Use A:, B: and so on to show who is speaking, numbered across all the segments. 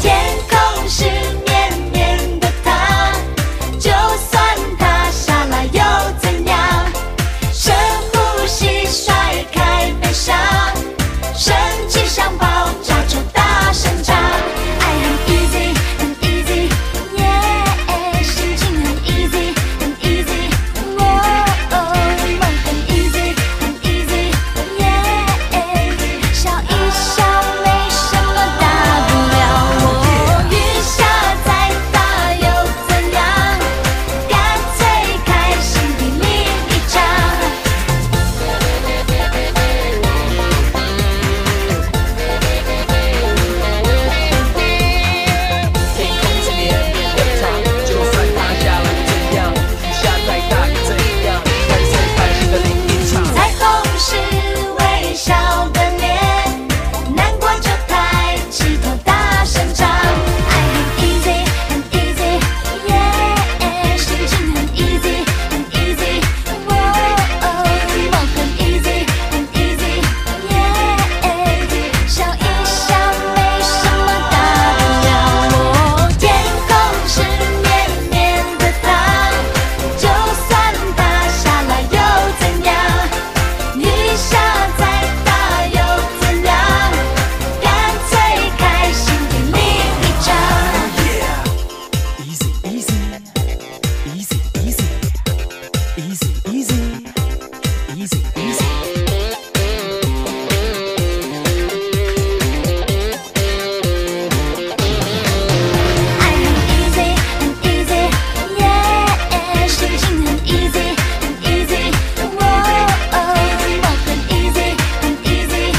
A: 天空是绵绵的它，就算它傻了又怎样？深呼吸，甩开悲伤，生气像爆炸，就大声唱。爱很 easy，很 easy，耶，心情很 easy，很 easy，哦，梦很 easy，很 easy，耶，笑一笑没什么大不了。哦，雨下再大又怎样？干脆开心比另一场。
B: 天空是绵绵的它，就算它下了怎样，雨下再大又怎样，干脆开心的另一场。
A: 彩虹是微笑的脸，难过就抬起头大声唱。爱很 easy，很 easy，耶，心情很 easy，很 easy，哦哦，梦很 easy，很 easy，耶，笑一笑没什么大不了。哦，天空是绵绵的它，就算它下了又怎样？雨下再大又怎样？干脆开心给你一张。
B: Easy easy easy easy easy easy easy easy。
A: 爱很 easy，很 easy，耶，心情很 easy，很 easy，哦哦，梦很 easy，很 easy，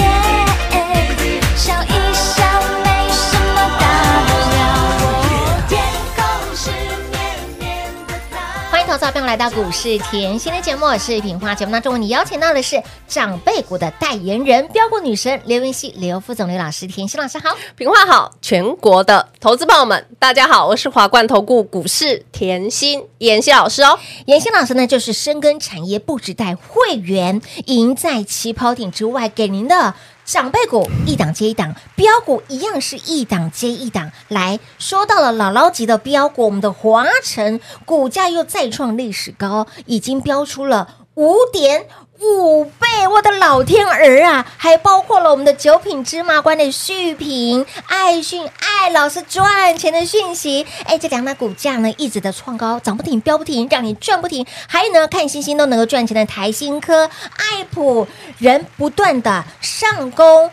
A: 耶，笑一笑没什么大不了。天空是绵绵的蓝。
C: 欢迎投资者朋友来到股市甜心的节目，我是品花。节目当中，为你邀请到的是长辈股的代言人标股女神刘云熙、刘副总、刘老师、甜心老师好。
D: 平话好，全国的投资朋友们，大家好，我是华冠投顾股市甜心妍希老师哦。
C: 妍希老师呢，就是深耕产业，不止带会员赢在起跑点之外，给您的长辈股一档接一档，标股一样是一档接一档。来说到了姥姥级的标股，我们的华晨股价又再创历史高，已经标出了五点。五倍，我的老天儿啊！还包括了我们的九品芝麻官的续品、爱讯、爱老师赚钱的讯息。哎，这两大股价呢，一直的创高，涨不停，飙不停，让你赚不停。还有呢，看星星都能够赚钱的台新科、爱普，人不断的上攻，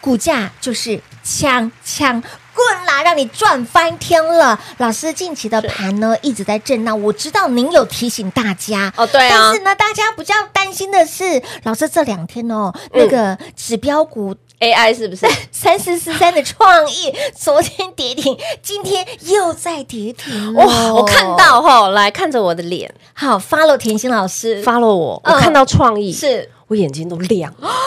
C: 股价就是枪枪。棍啦，让你赚翻天了！老师近期的盘呢一直在震荡，我知道您有提醒大家
D: 哦对啊
C: 但是呢，大家比较担心的是，老师这两天哦，
D: 嗯
C: 那个指标股
D: AI 是不 是？
C: 三四四三的创意，昨天跌停，今天又在跌停了、
D: 哇，我看到哈，来看着我的脸
C: 好，follow 甜心老师，
D: ，follow 我，我
C: 嗯
D: 看到创意，
C: 是
D: 我眼睛都亮，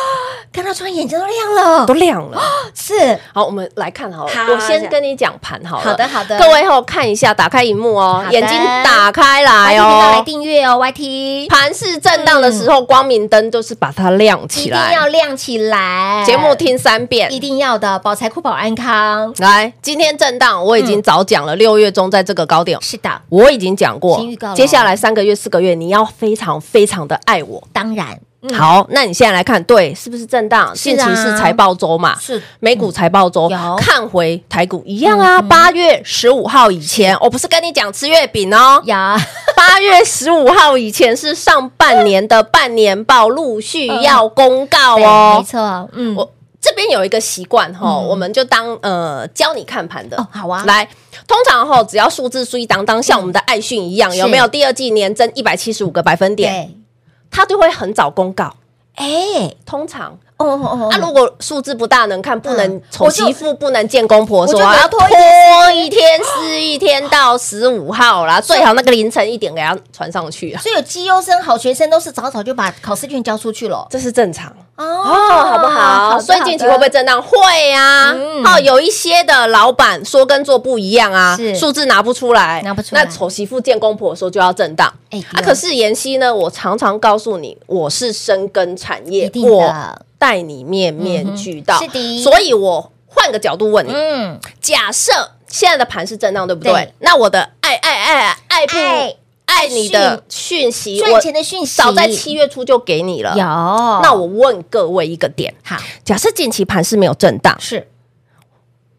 C: 看到创意眼睛都亮了
D: 都，亮了。
C: 是
D: 好，我们来看好了，
C: 好
D: 我先跟你讲盘好了。
C: 好的好的
D: 各位后看一下，打开荧幕哦
C: 好，的
D: 眼睛打开来
C: 欢迎大家来
D: 哦。
C: 订阅哦，YT
D: 盘市震荡的时候，光明灯就是把它亮
C: 一
D: 起
C: 定要
D: 来。
C: 亮起来，
D: 节目听三遍
C: 一，定要的，保财库、保安康，
D: 来，今天震荡我已经早讲了，六、月中在这个高点，
C: 是的，
D: 我已经讲过
C: 嗯先预告了哦，
D: 接下来三个月、四个月你要非常非常的爱我。
C: 当然，嗯
D: 好，那你现在来看，对，是不是震荡？
C: 是啊
D: 近期是财报周嘛，
C: 是
D: 美股财报周
C: 有，嗯
D: 看回台股一样啊。八月十五号以前，我不是跟你讲吃月 饼哦，
C: 呀，
D: 八月十五号以前是上半年的半年报陆续要公告
C: 嗯对，
D: 哦
C: 没。错，嗯，
D: 我这边有一个习惯哈，我们就当呃教你看盘的
C: 哦好啊
D: 来，通常哈，只要数字出一当当，像我们的爱讯一样，
C: 是
D: 有没有？第二季年增一百七十五个百分点，
C: 对，
D: 它就会很早公告，
C: 哎，
D: 通常。
C: 哦哦哦，嗯
D: 啊，如果数字不大能看，不能
C: 我
D: 丑
C: 就
D: 媳妇不能见公婆
C: 我
D: 说，
C: 就
D: 我
C: 给
D: 要
C: 他
D: 拖
C: 拖一哦
D: 一天是一天到十五号啦，最好那个凌晨一点给他传上去啊，
C: 所以有绩优生、好学生都是早早就把考试卷交出去了
D: 这是正常。
C: 哦，
D: 哦，好不好？
C: 的
D: 所以近期会不会？震荡？会啊。
C: 嗯
D: 哦，有一些的老板说跟做不一样啊
C: 是，
D: 数字拿不出来，
C: 拿不出来
D: 那丑媳妇见公婆的时候就要震荡。
C: 哎对
D: 啊，可是妍希呢，我常常告诉你，我是深耕产
C: 一
D: 业，
C: 定
D: 我
C: 的，嗯
D: 带你面面俱到。
C: 是的
D: 所以我换个角度问你，
C: 嗯，
D: 假设现在的盘是震荡，对不
C: 对
D: 对？那我的爱爱爱爱不
C: 爱
D: 爱你的讯息，
C: 赚
D: 我
C: 钱的讯息
D: 早在七月初就给你了。
C: 有，
D: 那
C: 那
D: 我问各位一个点，
C: 哦好
D: 假设近期盘是没有震荡，
C: 是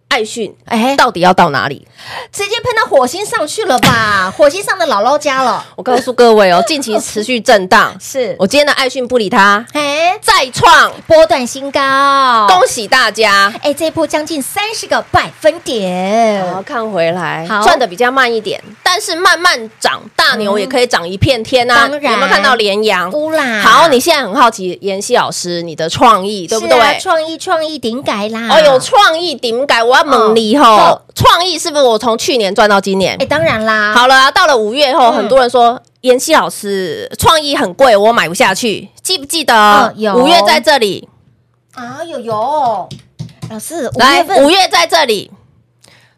D: 爱讯
C: 哎
D: 到底要到哪里？
C: 直接喷到火星上去了吧？火星上的姥姥家了，
D: 我告诉各 位哦，近期持续震荡，
C: 是
D: 我今天的爱讯不理他，
C: 哎，
D: 再创，
C: 波段新高，
D: 恭喜大家。
C: 哎，这一波将近三十个百分
D: 好
C: 点，
D: 看回来，
C: 哎好
D: 赚的比较慢一点，但是慢慢涨，大牛也可以涨一片天啊！
C: 嗯当
D: 有
C: 然
D: 没有看到连阳？
C: 乌啦，
D: 好，你现在很好奇妍希老师你的创意对不
C: 是
D: 对？
C: 啊创意创意顶改啦，
D: 哦，有创意顶改，我要猛力
C: 哦
D: 吼！创意是不是我从去年赚到今年
C: 哎，？当然啦，
D: 好了啊，到了五月后，
C: 嗯
D: 很多人说妍希老师创意很贵，我买不下去，记不记得
C: 嗯？有
D: 五月在这里，
C: 啊，有有，老师五
D: 来
C: 月，份
D: 五月在这里。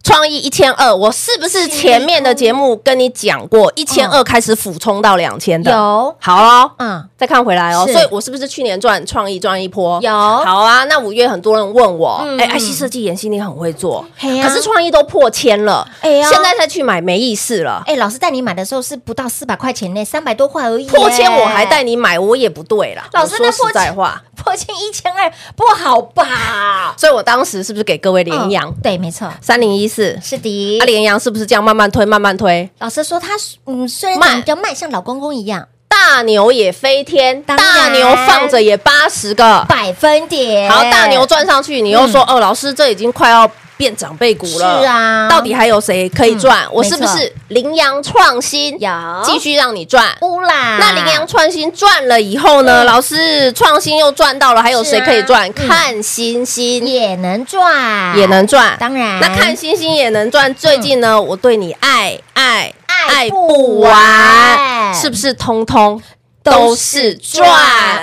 D: 创意一千二，我是不是前面的节目跟你讲过，一千二开始俯冲到两千的？
C: 嗯有
D: 好哦，
C: 啊
D: 再看回来哦。
C: 是
D: 所以我是不是去年赚创意赚一波？
C: 有
D: 好啊，那五月很多人问我
C: 嗯，
D: 哎
C: 嗯
D: ，IC 设计妍希你很会做，
C: 嘿呀
D: 可是创意都破千了，
C: 哎呀
D: 现在再去买没意思了。
C: 哎、老师带你买的时候是不到四百块钱呢，三百多块而已耶。
D: 破千我还带你买，我也不对啦。
C: 老师
D: 我
C: 那
D: 说
C: 破
D: 实
C: 千
D: 在话，
C: 破千一千二，不好吧？
D: 所以我当时是不是给各位联阳
C: 嗯对，没错，
D: 三零一四？
C: 是的。
D: 啊，联阳是不是这样慢慢推，慢慢推？
C: 老师说他嗯，虽然
D: 慢
C: 长得比较慢，像老公公一样，
D: 大牛也飞天，
C: 当然
D: 大牛放着也八十个。
C: 百分点。
D: 好，大牛赚上去，你又说哦，老师这已经快要变长辈股
C: 嗯
D: 了。
C: 是啊嗯
D: 到底还有谁可以赚？我
C: 没
D: 是
C: 错
D: 不是羚羊创新
C: 有啊
D: 继续让你赚？
C: 乌啦。
D: 那羚羊创新赚了以后呢？老师创新又赚到了，还有谁可以赚？
C: 是啊嗯
D: 看星星
C: 也能赚，
D: 也能赚，
C: 当然
D: 那看星星也能赚。最近
C: 嗯
D: 呢，我对你爱爱
C: 爱不完
D: 是不是通通都是赚？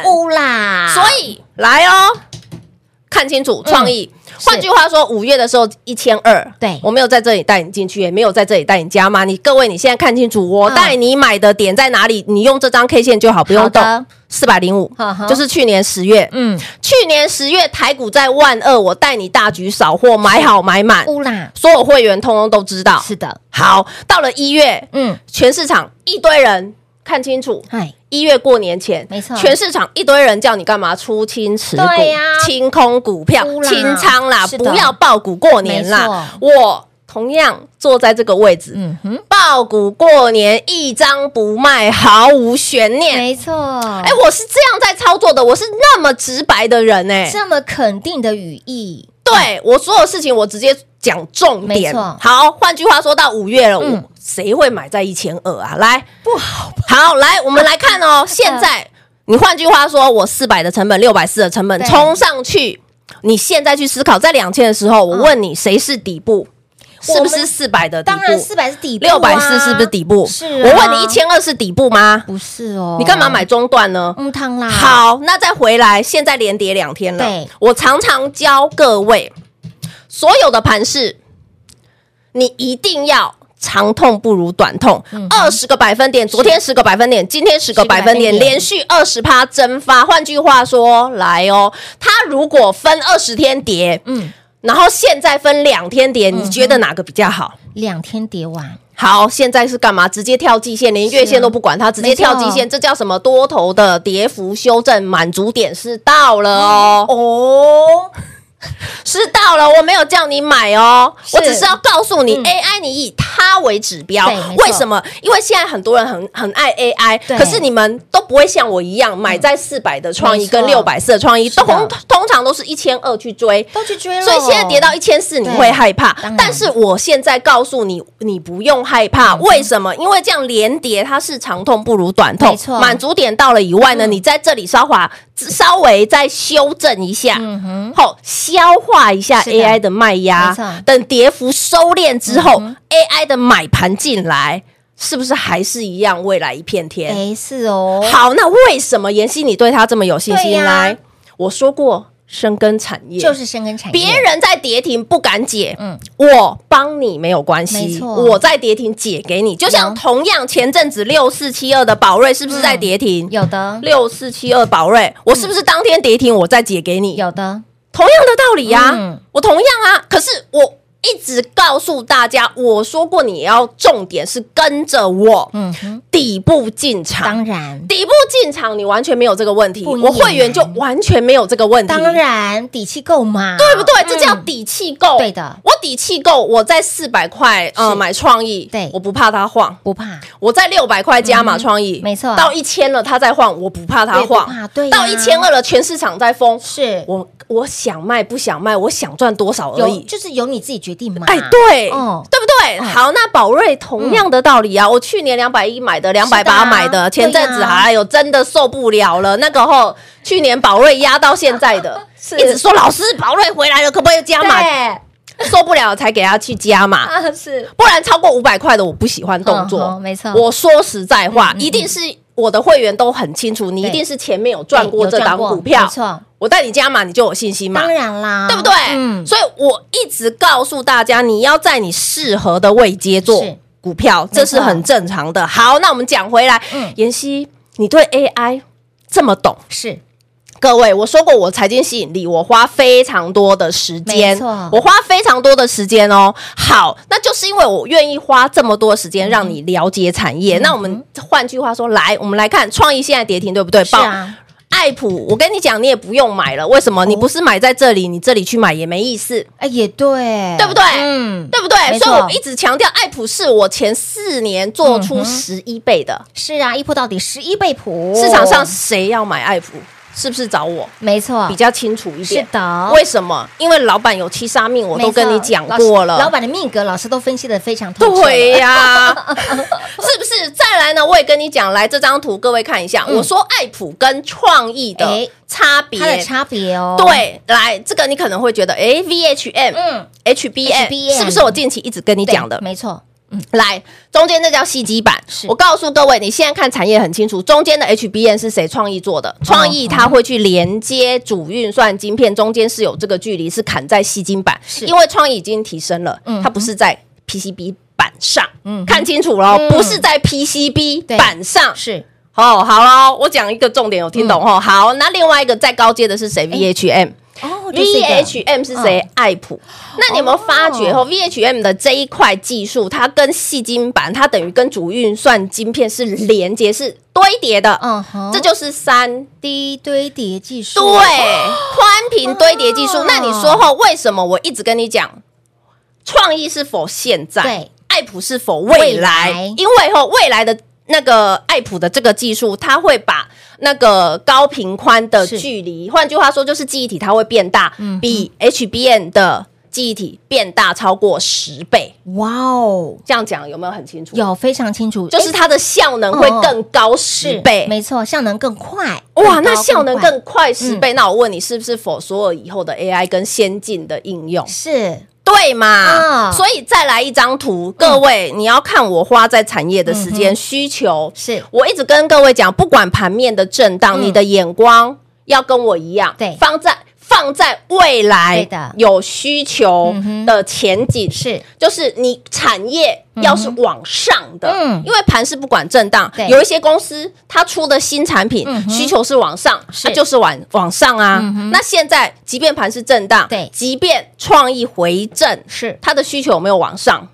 C: 乌啦。
D: 所以来哦，看清楚创意。换句话说，五月的时候一千二，
C: 嗯对
D: 我没有在这里带你进去，也没有在这里带你加码。你各位，你现在看清楚，我
C: 嗯
D: 带你买的点在哪里？你用这张 K 线就好，不
C: 好
D: 用
C: 的
D: 动。四百零五
C: 呵呵，
D: 就是去年十月，
C: 嗯，
D: 去年十月台股在万二，我带你大举扫货，买好买满，
C: 乌啦，
D: 所有会员通通都知道。
C: 是的，
D: 好，到了一月，
C: 嗯，
D: 全市场一堆人看清楚，
C: 哎，
D: 一月过年前，
C: 没错
D: 全市场一堆人叫你干嘛出清持股、
C: 对呀
D: 清空股票
C: 哭、啦
D: 清仓啦，
C: 是的
D: 不要爆股过年啦。我同样坐在这个位置，
C: 嗯哼，
D: 爆股过年一张不卖，毫无悬念。
C: 没错，
D: 哎，我是这样在操作的，我是那么直白的人哎、
C: 这么肯定的语义，
D: 对我所有事情，我直接讲重
C: 没
D: 点。
C: 错
D: 好，换句话说，到五月了，
C: 嗯
D: 我谁会买在一千二啊？来，不好，好，来，我们来看 哦。现在你换句话说，我四百的成本，六百四的成本
C: 对
D: 冲上去，你现在去思考，在两千的时候，我问你谁是底部？嗯是不
C: 我
D: 是
C: 们
D: 四百的底
C: 当然
D: 部？
C: 四百是底部啊，
D: 六百四是不是底部？
C: 是啊
D: 我问你，一千二是底部吗？
C: 不是哦，
D: 你干嘛买中段呢？
C: 嗯汤啦？，
D: 好，那再回来，现在连跌两天了。
C: 对，
D: 我常常教各位，所有的盘势，你一定要。长痛不如短痛，
C: 嗯
D: 二十、个百分点，昨天十个百分点，今天十个百分点，
C: 10个百分点
D: 连续二十趴蒸发。换句话说，来哦，它如果分二十天跌，
C: 嗯，
D: 然后现在分两天跌，你觉得哪个比较好？
C: 两天跌完，
D: 好，现在是干嘛？直接跳季线，连月线都不管它，直接跳季线，这叫什么？多头的跌幅修正满足点是到了哦。
C: 哦，
D: 知道了，我没有叫你买哦，
C: 是
D: 我只是要告诉你、
C: 嗯
D: AI 你以它为指标
C: 对没，错
D: 为什么？因为现在很多人很很爱 AI，
C: 对嗯
D: 可是你们都不会像我一样买在四百的创意
C: 没错
D: 跟六百四的创意，
C: 是的
D: 都通通常都是一千二去追。
C: 都去追了，
D: 所以现在跌到一千四，你会害怕
C: 当然。
D: 但是我现在告诉你，你不用害怕。
C: 嗯
D: 为什么？因为这样连跌，它是长痛不如短痛
C: 没错。
D: 满足点到了以外呢，
C: 嗯
D: 你在这里稍华稍微再修正一下，
C: 嗯哼，
D: 后消化一下
C: 是的
D: AI 的卖
C: 没
D: 压
C: 错，嗯
D: 等跌幅收敛之后、a i 的买盘进来，是不是还是一样未来一片天？
C: 没事哦，
D: 好，那为什么妍希你对它这么有信
C: 对
D: 心？
C: 呀
D: 来，我说过深耕产业
C: 就是深耕产业，
D: 别人在跌停不敢解，
C: 嗯
D: 嗯，我帮你没有关
C: 没
D: 系，
C: 错嗯
D: 我在跌停解给你。就像
C: 有
D: 同样前阵子六四七二的宝瑞是不是在跌停？
C: 嗯有的
D: 六四七二宝瑞，我是不是当天跌停我再解给你？
C: 有的
D: 同样的道理呀、
C: 嗯
D: 我同样啊，可是我一直告诉大家，我说过你要重点是跟着我，
C: 嗯哼，
D: 底部进场。
C: 当然
D: 底部进场，你完全没有这个问题，
C: 不
D: 我会员
C: 难
D: 就完全没有这个问题，
C: 当然底气够嘛，
D: 对不对？这叫
C: 嗯
D: 底气够。
C: 对的
D: 我底气够，我在四百块
C: 是
D: 呃买创意，
C: 对
D: 我不怕它晃。
C: 不怕，
D: 我在六百块加码创意，
C: 嗯没错
D: 到一千了它再晃，我不怕它
C: 对不
D: 晃
C: 怕对。呀
D: 到一千二了，全市场在疯，
C: 是
D: 我我想卖不想卖，我想赚多少而
C: 有
D: 已。
C: 就是由你自己决定嘛，
D: 哎，对，
C: 哦
D: 对不对？好，那宝瑞同样的道理啊，我去年两百一买的，两
C: 嗯是
D: 百
C: 的啊
D: 八买的，前阵
C: 对
D: 子
C: 呀
D: 哎呦，真的受不了了。那个后去年宝瑞压到现在 的，一直说老师宝瑞回来了，可不可以加码？
C: 对，
D: 受不了才给他去加码，
C: 啊是
D: 不然超过五百块的我不喜欢动
C: 嗯
D: 作
C: 哼。没错
D: 我说实在话，
C: 嗯嗯
D: 一定是我的会员都很清楚，你
C: 对
D: 一定是前面有赚过
C: 哎有
D: 这
C: 赚
D: 档
C: 过
D: 股票
C: 没，错，
D: 我带你加码，你就有信心嘛
C: 当。然啦，
D: 对不对？
C: 嗯，
D: 所以我一直告诉大家，你要在你适合的位阶做
C: 是
D: 股票，
C: 错
D: 这是很正常的。好，那我们讲回来，
C: 嗯
D: 妍希，你对 AI 这么懂，
C: 是
D: 各位，我说过我财经吸引力，我花非常多的时
C: 没
D: 间
C: 错，
D: 我花非常多的时间哦。好，那就是因为我愿意花这么多时
C: 嗯
D: 间让你了解产业。那我们换句话说，来，我们来看创意现在跌停，对不对？
C: 是啊，哦
D: 爱普，我跟你讲，你也不用买了。为什么？你不是买在这里，你这里去买也没意思，
C: 哎也对，
D: 对不对
C: 嗯，
D: 对不对？
C: 没错
D: 所以我一直强调，爱普是我前四年做
C: 嗯哦
D: 出十一倍的。
C: 是啊，一铺到底十一倍谱，
D: 市场上谁要买爱普？是不是找我？
C: 没错
D: 比，较清楚一点。
C: 是的
D: 为什么？因为老板有七杀命，我
C: 没
D: 都
C: 错
D: 跟你讲过
C: 老师老
D: 了。
C: 板的命格老师都分析的非常透彻，
D: 对呀、 是不是？再来呢？我也跟你讲，来这张图，各位看一下。
C: 嗯
D: 我说爱普跟创意
C: 哎
D: 的差别，
C: 它的差别哦，，
D: 对，来这个你可能会觉得，哎，VHM、
C: 嗯，
D: HBM 是不是我近期一直跟你
C: 对
D: 讲的？
C: 没错，
D: 来，中间这叫细基板
C: 是。
D: 我告诉各位，你现在看产业很清楚，中间的 HBN 是谁创意做的？创
C: 哦
D: 意它会去连接主运算晶片，中间是有这个距离，是砍在细晶板，
C: 是
D: 因为创意已经提升了
C: 嗯，
D: 它不是在 PCB 板上
C: 嗯，
D: 看清楚喽
C: 嗯，
D: 不是在
C: 对
D: PCB 板上。
C: 是
D: 哦，好喽，我讲一个重点，有听懂
C: 嗯
D: 哦。好，那另外一个再高阶的是谁？VHM。
C: 哦这是一个嗯哦
D: VHM 是谁？爱普。那你有没有发觉后，VHM 的这一块技术，它跟细晶板，它等于跟主运算晶片是连接、是堆叠的，
C: 嗯哼，
D: 这就是三
C: 低堆叠技术，
D: 对宽频堆叠技术
C: 哦。
D: 那你说后，为什么我一直跟你讲，创意是否现在
C: 对，
D: 爱普是否未
C: 未
D: 来
C: 来？
D: 因为后未来的。那个爱普的这个技术，它会把那个高频宽的
C: 是
D: 距离，换句话说，就是记忆体它会变大，
C: 嗯
D: 比 HBN 的记忆体变大超过十倍。
C: 哇哦，
D: 这样讲有没有很清楚？，
C: 有非常清楚，
D: 就是它的效能会
C: 哦
D: 更高
C: 是
D: 十倍。
C: 没错，效能更快，
D: 哇，
C: 更
D: 那
C: 高
D: 效能
C: 快嗯
D: 更快十倍。那我问你，是不是否所有以后的 AI 跟先进的应用？
C: 是
D: 对嘛？
C: 嗯
D: 所以再来一张图，各位，你要看我花在产业的时
C: 嗯哼
D: 间需求。
C: 是
D: 我一直跟各位讲，不管盘面的震荡，
C: 嗯
D: 你的眼光要跟我一样，
C: 对
D: 放在放在
C: 对
D: 未来
C: 的
D: 有需求
C: 嗯哼
D: 的前景，
C: 是
D: 就是你产业要是往上的，
C: 嗯
D: 因为盘是不管震荡
C: 对，嗯
D: 有一些公司它出的新产品、需求是往上，
C: 是嗯
D: 它就是往往上啊。那现在即便盘是震荡，
C: 对
D: 即便创意回正，
C: 是嗯
D: 它的需求有没有往上？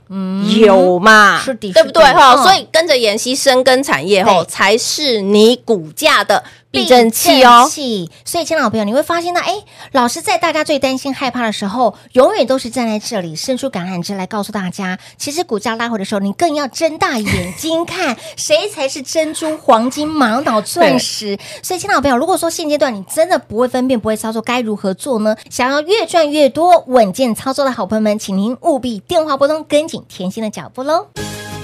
D: 有嘛？
C: 是的
D: 对不对
C: 是的
D: 哈？
C: 嗯
D: 所以跟着妍希深耕产业后，
C: 对
D: 才是你股价的避震器
C: 避
D: 哦
C: 震。器所以，亲爱的朋友，你会发现到，哎，老师在大家最担心、害怕的时候，永远都是站在这里，伸出橄榄枝来告诉大家，其实股价拉回的时候，你更要睁大眼睛看，谁才是珍珠、黄金、玛瑙、钻石。所以，亲爱的朋友，如果说现阶段你真的不会分辨、不会操作，该如何做呢？想要越赚越多、稳健操作的好朋友们，请您务必电话拨通，跟紧甜心的脚步喽。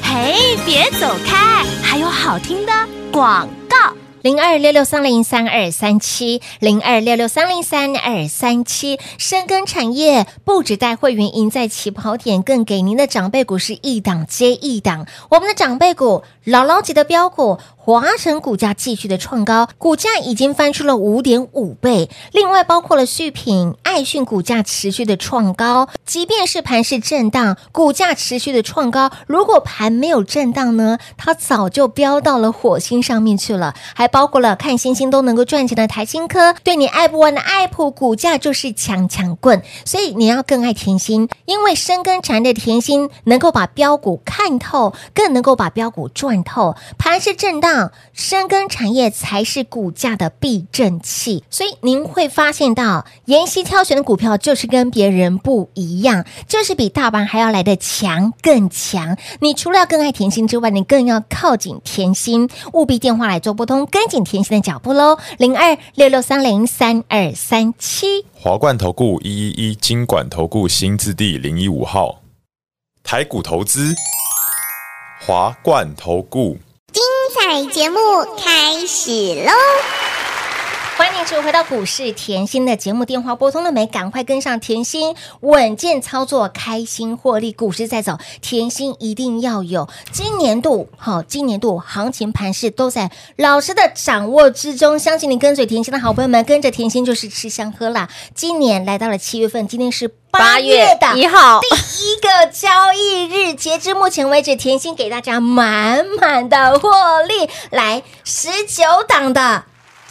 E: 嘿，别走开，还有好听的广告。
C: 零二六六三零三二三七，零二六六三零三二三七，深耕产业不止带会员赢在起跑点，更给您的长辈股是一档接一档。我们的长辈股，姥姥级的标股，华晨股价继续的创高，股价已经翻出了五点五倍。另外包括了续品、爱讯股价持续的创高，即便是盘势震荡，股价持续的创高，如果盘没有震荡呢，它早就飙到了火星上面去了。还包括了看星星都能够赚钱的台新科，对你爱不完的爱普，股价就是强强棍。所以你要更爱甜心，因为深耕产业的甜心能够把标股看透，更能够把标股赚透。盘势震荡，深耕产业才是股价的避震器。所以您会发现到，妍希挑选的股票就是跟别人不一样，就是比大盘还要来的强更强。你除了要更爱甜心之外，你更要靠紧甜心，务必电话来做拨通，跟紧甜心的脚步喽，零二六六三零三二三七。
F: 华冠投顾一一一金管投顾新字第零一五号，台股投资，华冠投顾。
G: 彩节目开始喽！
C: 欢迎持续回到股市甜心的节目，电话拨通了没？赶快跟上甜心，稳健操作，开心获利。股市在走，甜心一定要有。今年度好、今年度行情盘势都在老师的掌握之中。相信你跟随甜心的好朋友们，跟着甜心就是吃香喝辣。今年来到了七月份，今天是八月的
D: 一号，
C: 第一个交易日，截至目前为止，甜心给大家满满的获利，来十九档的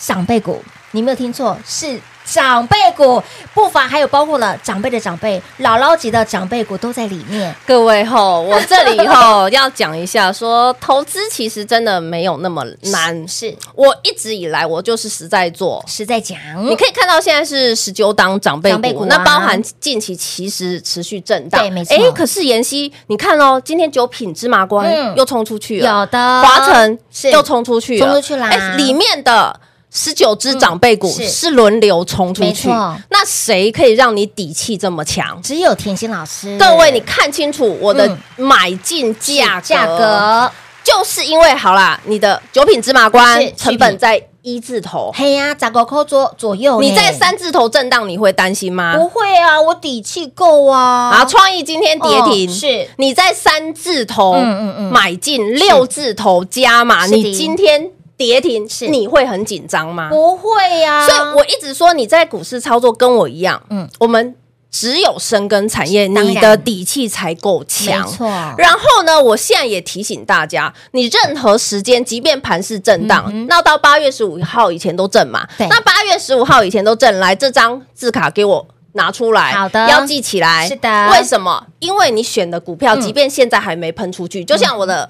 C: 长辈股，你没有听错，是。长辈股不乏还有包括了长辈的长辈、姥姥级的长辈股都在里面。
D: 各位吼，我这里吼要讲一下说投资其实真的没有那么难。
C: 是
D: 我一直以来我就是实在做，
C: 是在讲，
D: 你可以看到现在是十九档长辈股，
C: 嗯长辈股啊
D: 那包含近期其实持续震荡，
C: 对没错
D: 诶可是妍希，你看哦，今天九品芝麻官、
C: 嗯
D: 又冲出去了，
C: 有的
D: 华晨
C: 是
D: 又冲出去了，
C: 冲出去啦
D: 诶里面的。十九只长辈股
C: 嗯是
D: 是轮流冲出
C: 没
D: 去
C: 错，
D: 那谁可以让你底气这么强？
C: 只有甜心老 师。
D: 各位，你看清楚我的
C: 嗯
D: 买进价格，
C: 价格，
D: 就是因为好啦，你的九品芝麻官
C: 是
D: 成本在一字头，
C: 嘿呀、咋个扣左左右呢？
D: 你在三字头震荡，你会担心吗？
C: 不会啊，我底气够啊。
D: 啊，创意今天跌停、
C: 哦是
D: 你在三字头
C: 嗯嗯嗯
D: 买进六字头加码，
C: 是的
D: 你今天跌停，
C: 是
D: 你会很紧张吗？
C: 不会呀、
D: 所以我一直说你在股市操作跟我一样，
C: 嗯
D: 嗯，我们只有深耕产业，
C: 当然
D: 你的底气才够
C: 没
D: 强。
C: 错，
D: 然后呢，我现在也提醒大家，你任何时间，即便盘是震荡，那到八月十五号以前都震嘛。
C: 嗯对
D: 那八月十五号以前都震，来这张字卡给我。拿出来，
C: 好的
D: 要记起来。
C: 是的
D: 为什么？因为你选的股票，
C: 嗯
D: 即便现在还没喷出去，就像我的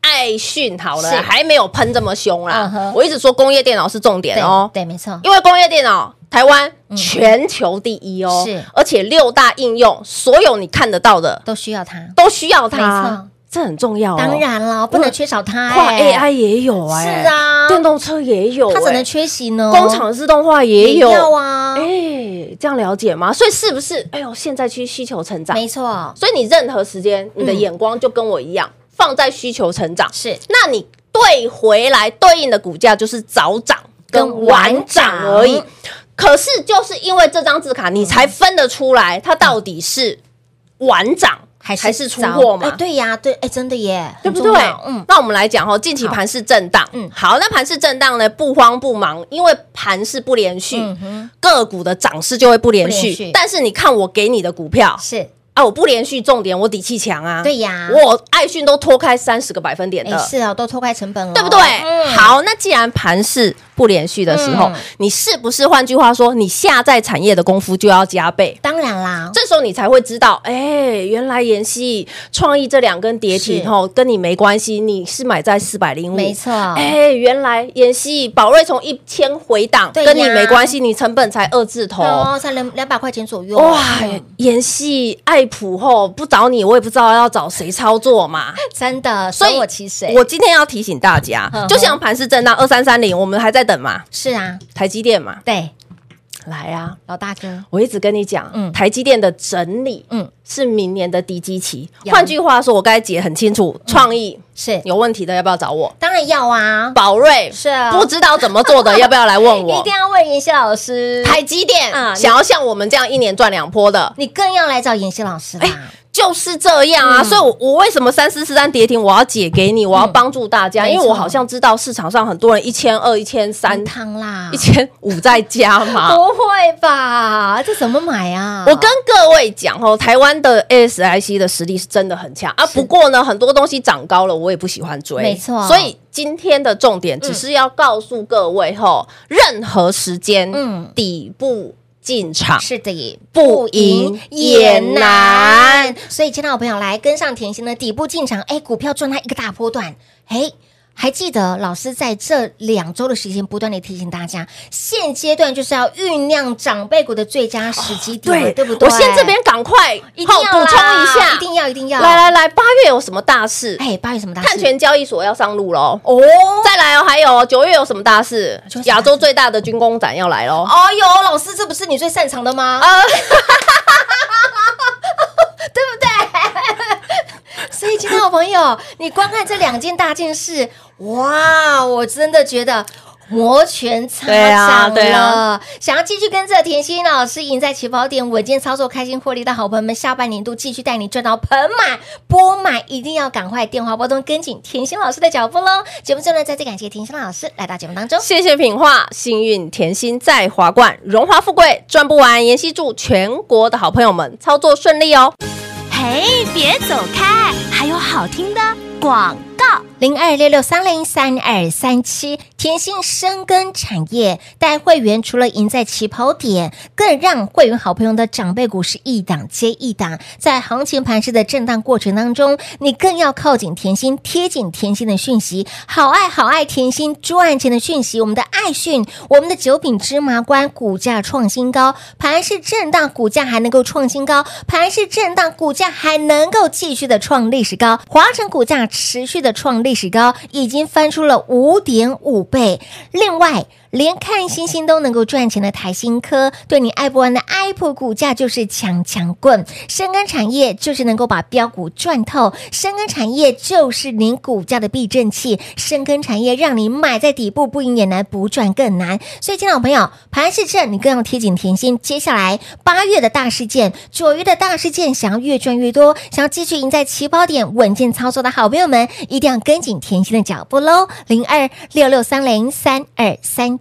D: 爱讯好了
C: 是，
D: 还没有喷这么凶
C: 嗯
D: 啦
C: 哼。
D: 我一直说工业电脑是重点
C: 对
D: 哦，
C: 对，没错，
D: 因为工业电脑台湾全球第一哦，
C: 是
D: 而且六大应用，所有你看得到的
C: 都需要它。
D: 都需要
C: 没
D: 它
C: 错，
D: 这很重要、哦。
C: 啊当，然了，不能缺少它、
D: 跨
C: 哎
D: AI 也有哎、
C: 是啊
D: 电动车也有、
C: 它怎
D: 哎
C: 能缺席呢？
D: 工厂自动化也有
C: 也要啊
D: 哎、这样了解吗？所以是不是？哎呦，现在去需求成长，
C: 没错，
D: 所以你任何时间，你的
C: 嗯
D: 眼光就跟我一样、放在需求成长，
C: 是
D: 那你对回来对应的股价就是早涨
C: 跟
D: 跟晚
C: 晚
D: 涨
C: 涨嗯
D: 而已。可是就是因为这张字卡，你才分得出来它到底是晚涨
C: 嗯还是
D: 出
C: 早
D: 货嘛？
C: 哎对呀，对，哎，真的耶，
D: 对不
C: 很重
D: 对
C: 要？嗯，
D: 那我们来讲哦，近期盘市震荡，
C: 嗯
D: 嗯，好，那盘市震荡呢，不慌不忙，因为盘市不连续
C: 嗯哼，
D: 个股的涨势就会不连
C: 不连续
D: 续。但是你看我给你的股票，
C: 是
D: 啊，我不连续重点，我底气强啊。
C: 对呀
D: 我爱讯都拖开三十个百分点
C: 没
D: 的，
C: 事哦，都拖开成本了，
D: 对不对？
C: 嗯，
D: 好，那既然盘势不连续的时候，
C: 嗯
D: 你是不是换句话说，你下在产业的功夫就要加倍？
C: 当然啦，
D: 这时候你才会知道，哎、原来妍希创意这两根跌停
C: 是
D: 吼，跟你没关系，你是买在四百零五，
C: 没错
D: 哎、原来妍希宝瑞从一千回档，
C: 对呀
D: 跟你没关系，你成本才二字头。
C: 哦，才两两百块钱左右，
D: 哇
C: 嗯，
D: 妍希爱普后不找你，我也不知道要找谁操作嘛。
C: 真的，
D: 所以
C: 舍我其谁，
D: 我今天要提醒大家
C: 嗯哼，
D: 就像盘市震荡二三三零，我们还在等嘛，
C: 是啊，
D: 台积电嘛，
C: 对，
D: 来啊！
C: 老大哥，
D: 我一直跟你讲，
C: 嗯
D: 台积电的整理，
C: 嗯
D: 是明年的低基期。
C: 呀嗯
D: 换句话说，我刚才解很清楚，创意
C: 是，
D: 有问题的要不要找我？
C: 当然要啊，
D: 宝瑞
C: 是啊
D: 不知道怎么 做的，要不要来问
C: 一
D: 我
C: 定？要问妍希老师，
D: 台积电
C: 啊
D: 想要像我们这样一年赚两波的，
C: 你更要来找妍希老师
D: 哎
C: 啦，
D: 就是这样
C: 嗯
D: 啊，所以我，我为什么三四四三跌停，我要解给你，我要帮助大家，
C: 没
D: 因
C: 错嗯
D: 为我好像知道市场上很多人一千二、一千三
C: 很、烫啦
D: 一，千五在加 嘛。
C: 不会吧？这怎么买啊？
D: 啊我跟各位讲哦，台湾的 ASIC 的实力是真的很强啊。不过呢，很多东西涨高了，我也不喜欢追，
C: 没错
D: 所以今天的重点只是要告诉各位吼，任何时间，
C: 嗯
D: 嗯，底部进场
C: 是的，
D: 不赢也难。
C: 所以，亲爱的朋友，来跟上甜心的底部进场，哎，股票赚它一个大波段，哎。还记得老师在这两周的时间不断的提醒大家，现阶段就是要酝酿长辈股的最佳时机点了，对不对？
D: 哦我先这边赶快
C: 一定
D: 后
C: 要
D: 补充
C: 啦
D: 一下，
C: 一定要一定要
D: 来来来，八月有什么大事？
C: 哎，八月什么大事？
D: 碳权交易所要上路喽。
C: 哦，
D: 再来哦，还有哦九月有什么大事
C: 九月什么大事？
D: 亚洲最大的军工展要来喽。
C: 哎呦，老师，这不是你最擅长的吗？
D: 呃，
C: 所以，亲爱的朋友，你光看这两件大件事，哇，我真的觉得。摩拳擦
D: 对啊
C: 掌
D: 对
C: 了，
D: 啊
C: 想要继续跟着甜心老师赢在起跑点，稳健操作、开心获利的好朋友们，下半年度继续带你赚到盆满钵满，一定要赶快电话拨通跟紧甜心老师的脚步喽！节目最后呢，再次感谢甜心老师来到节目当中。
D: 谢谢品画，幸运甜心在华冠，荣华富贵赚不完。妍希祝全国的好朋友们操作顺利哦。
E: 嘿，别走开，还有好听的广告。
C: 零二六六三零三二三七，甜心深耕产业，带会员除了赢在起跑点，更让会员好朋友的长辈股是一档接一档。在行情盘势的震荡过程当中，你更要靠紧甜心，贴紧甜心的讯息，好爱好爱甜心赚钱的讯息，我们的爱讯，我们的九品芝麻官股价创新高，盘势震荡，股价还能够创新高，盘势震荡，股价还能够继续的创历史高，华晨股价持续的创历史高，已经翻出了五点五倍。另外，连看星星都能够赚钱的台新科，对你爱不完的 Apple 股价就是强强棍。深耕产业就是能够把标股赚透，深耕产业就是您股价的避震器，深耕产业让你买在底部不赢也难，不赚更难。所以，亲爱的朋友，盘势正，你更要贴紧甜心。接下来八月的大事件，九月的大事件，想要越赚越多，想要继续赢在起跑点，稳健操作的好朋友们，一定要跟紧甜心的脚步喽！零二六六三零三二三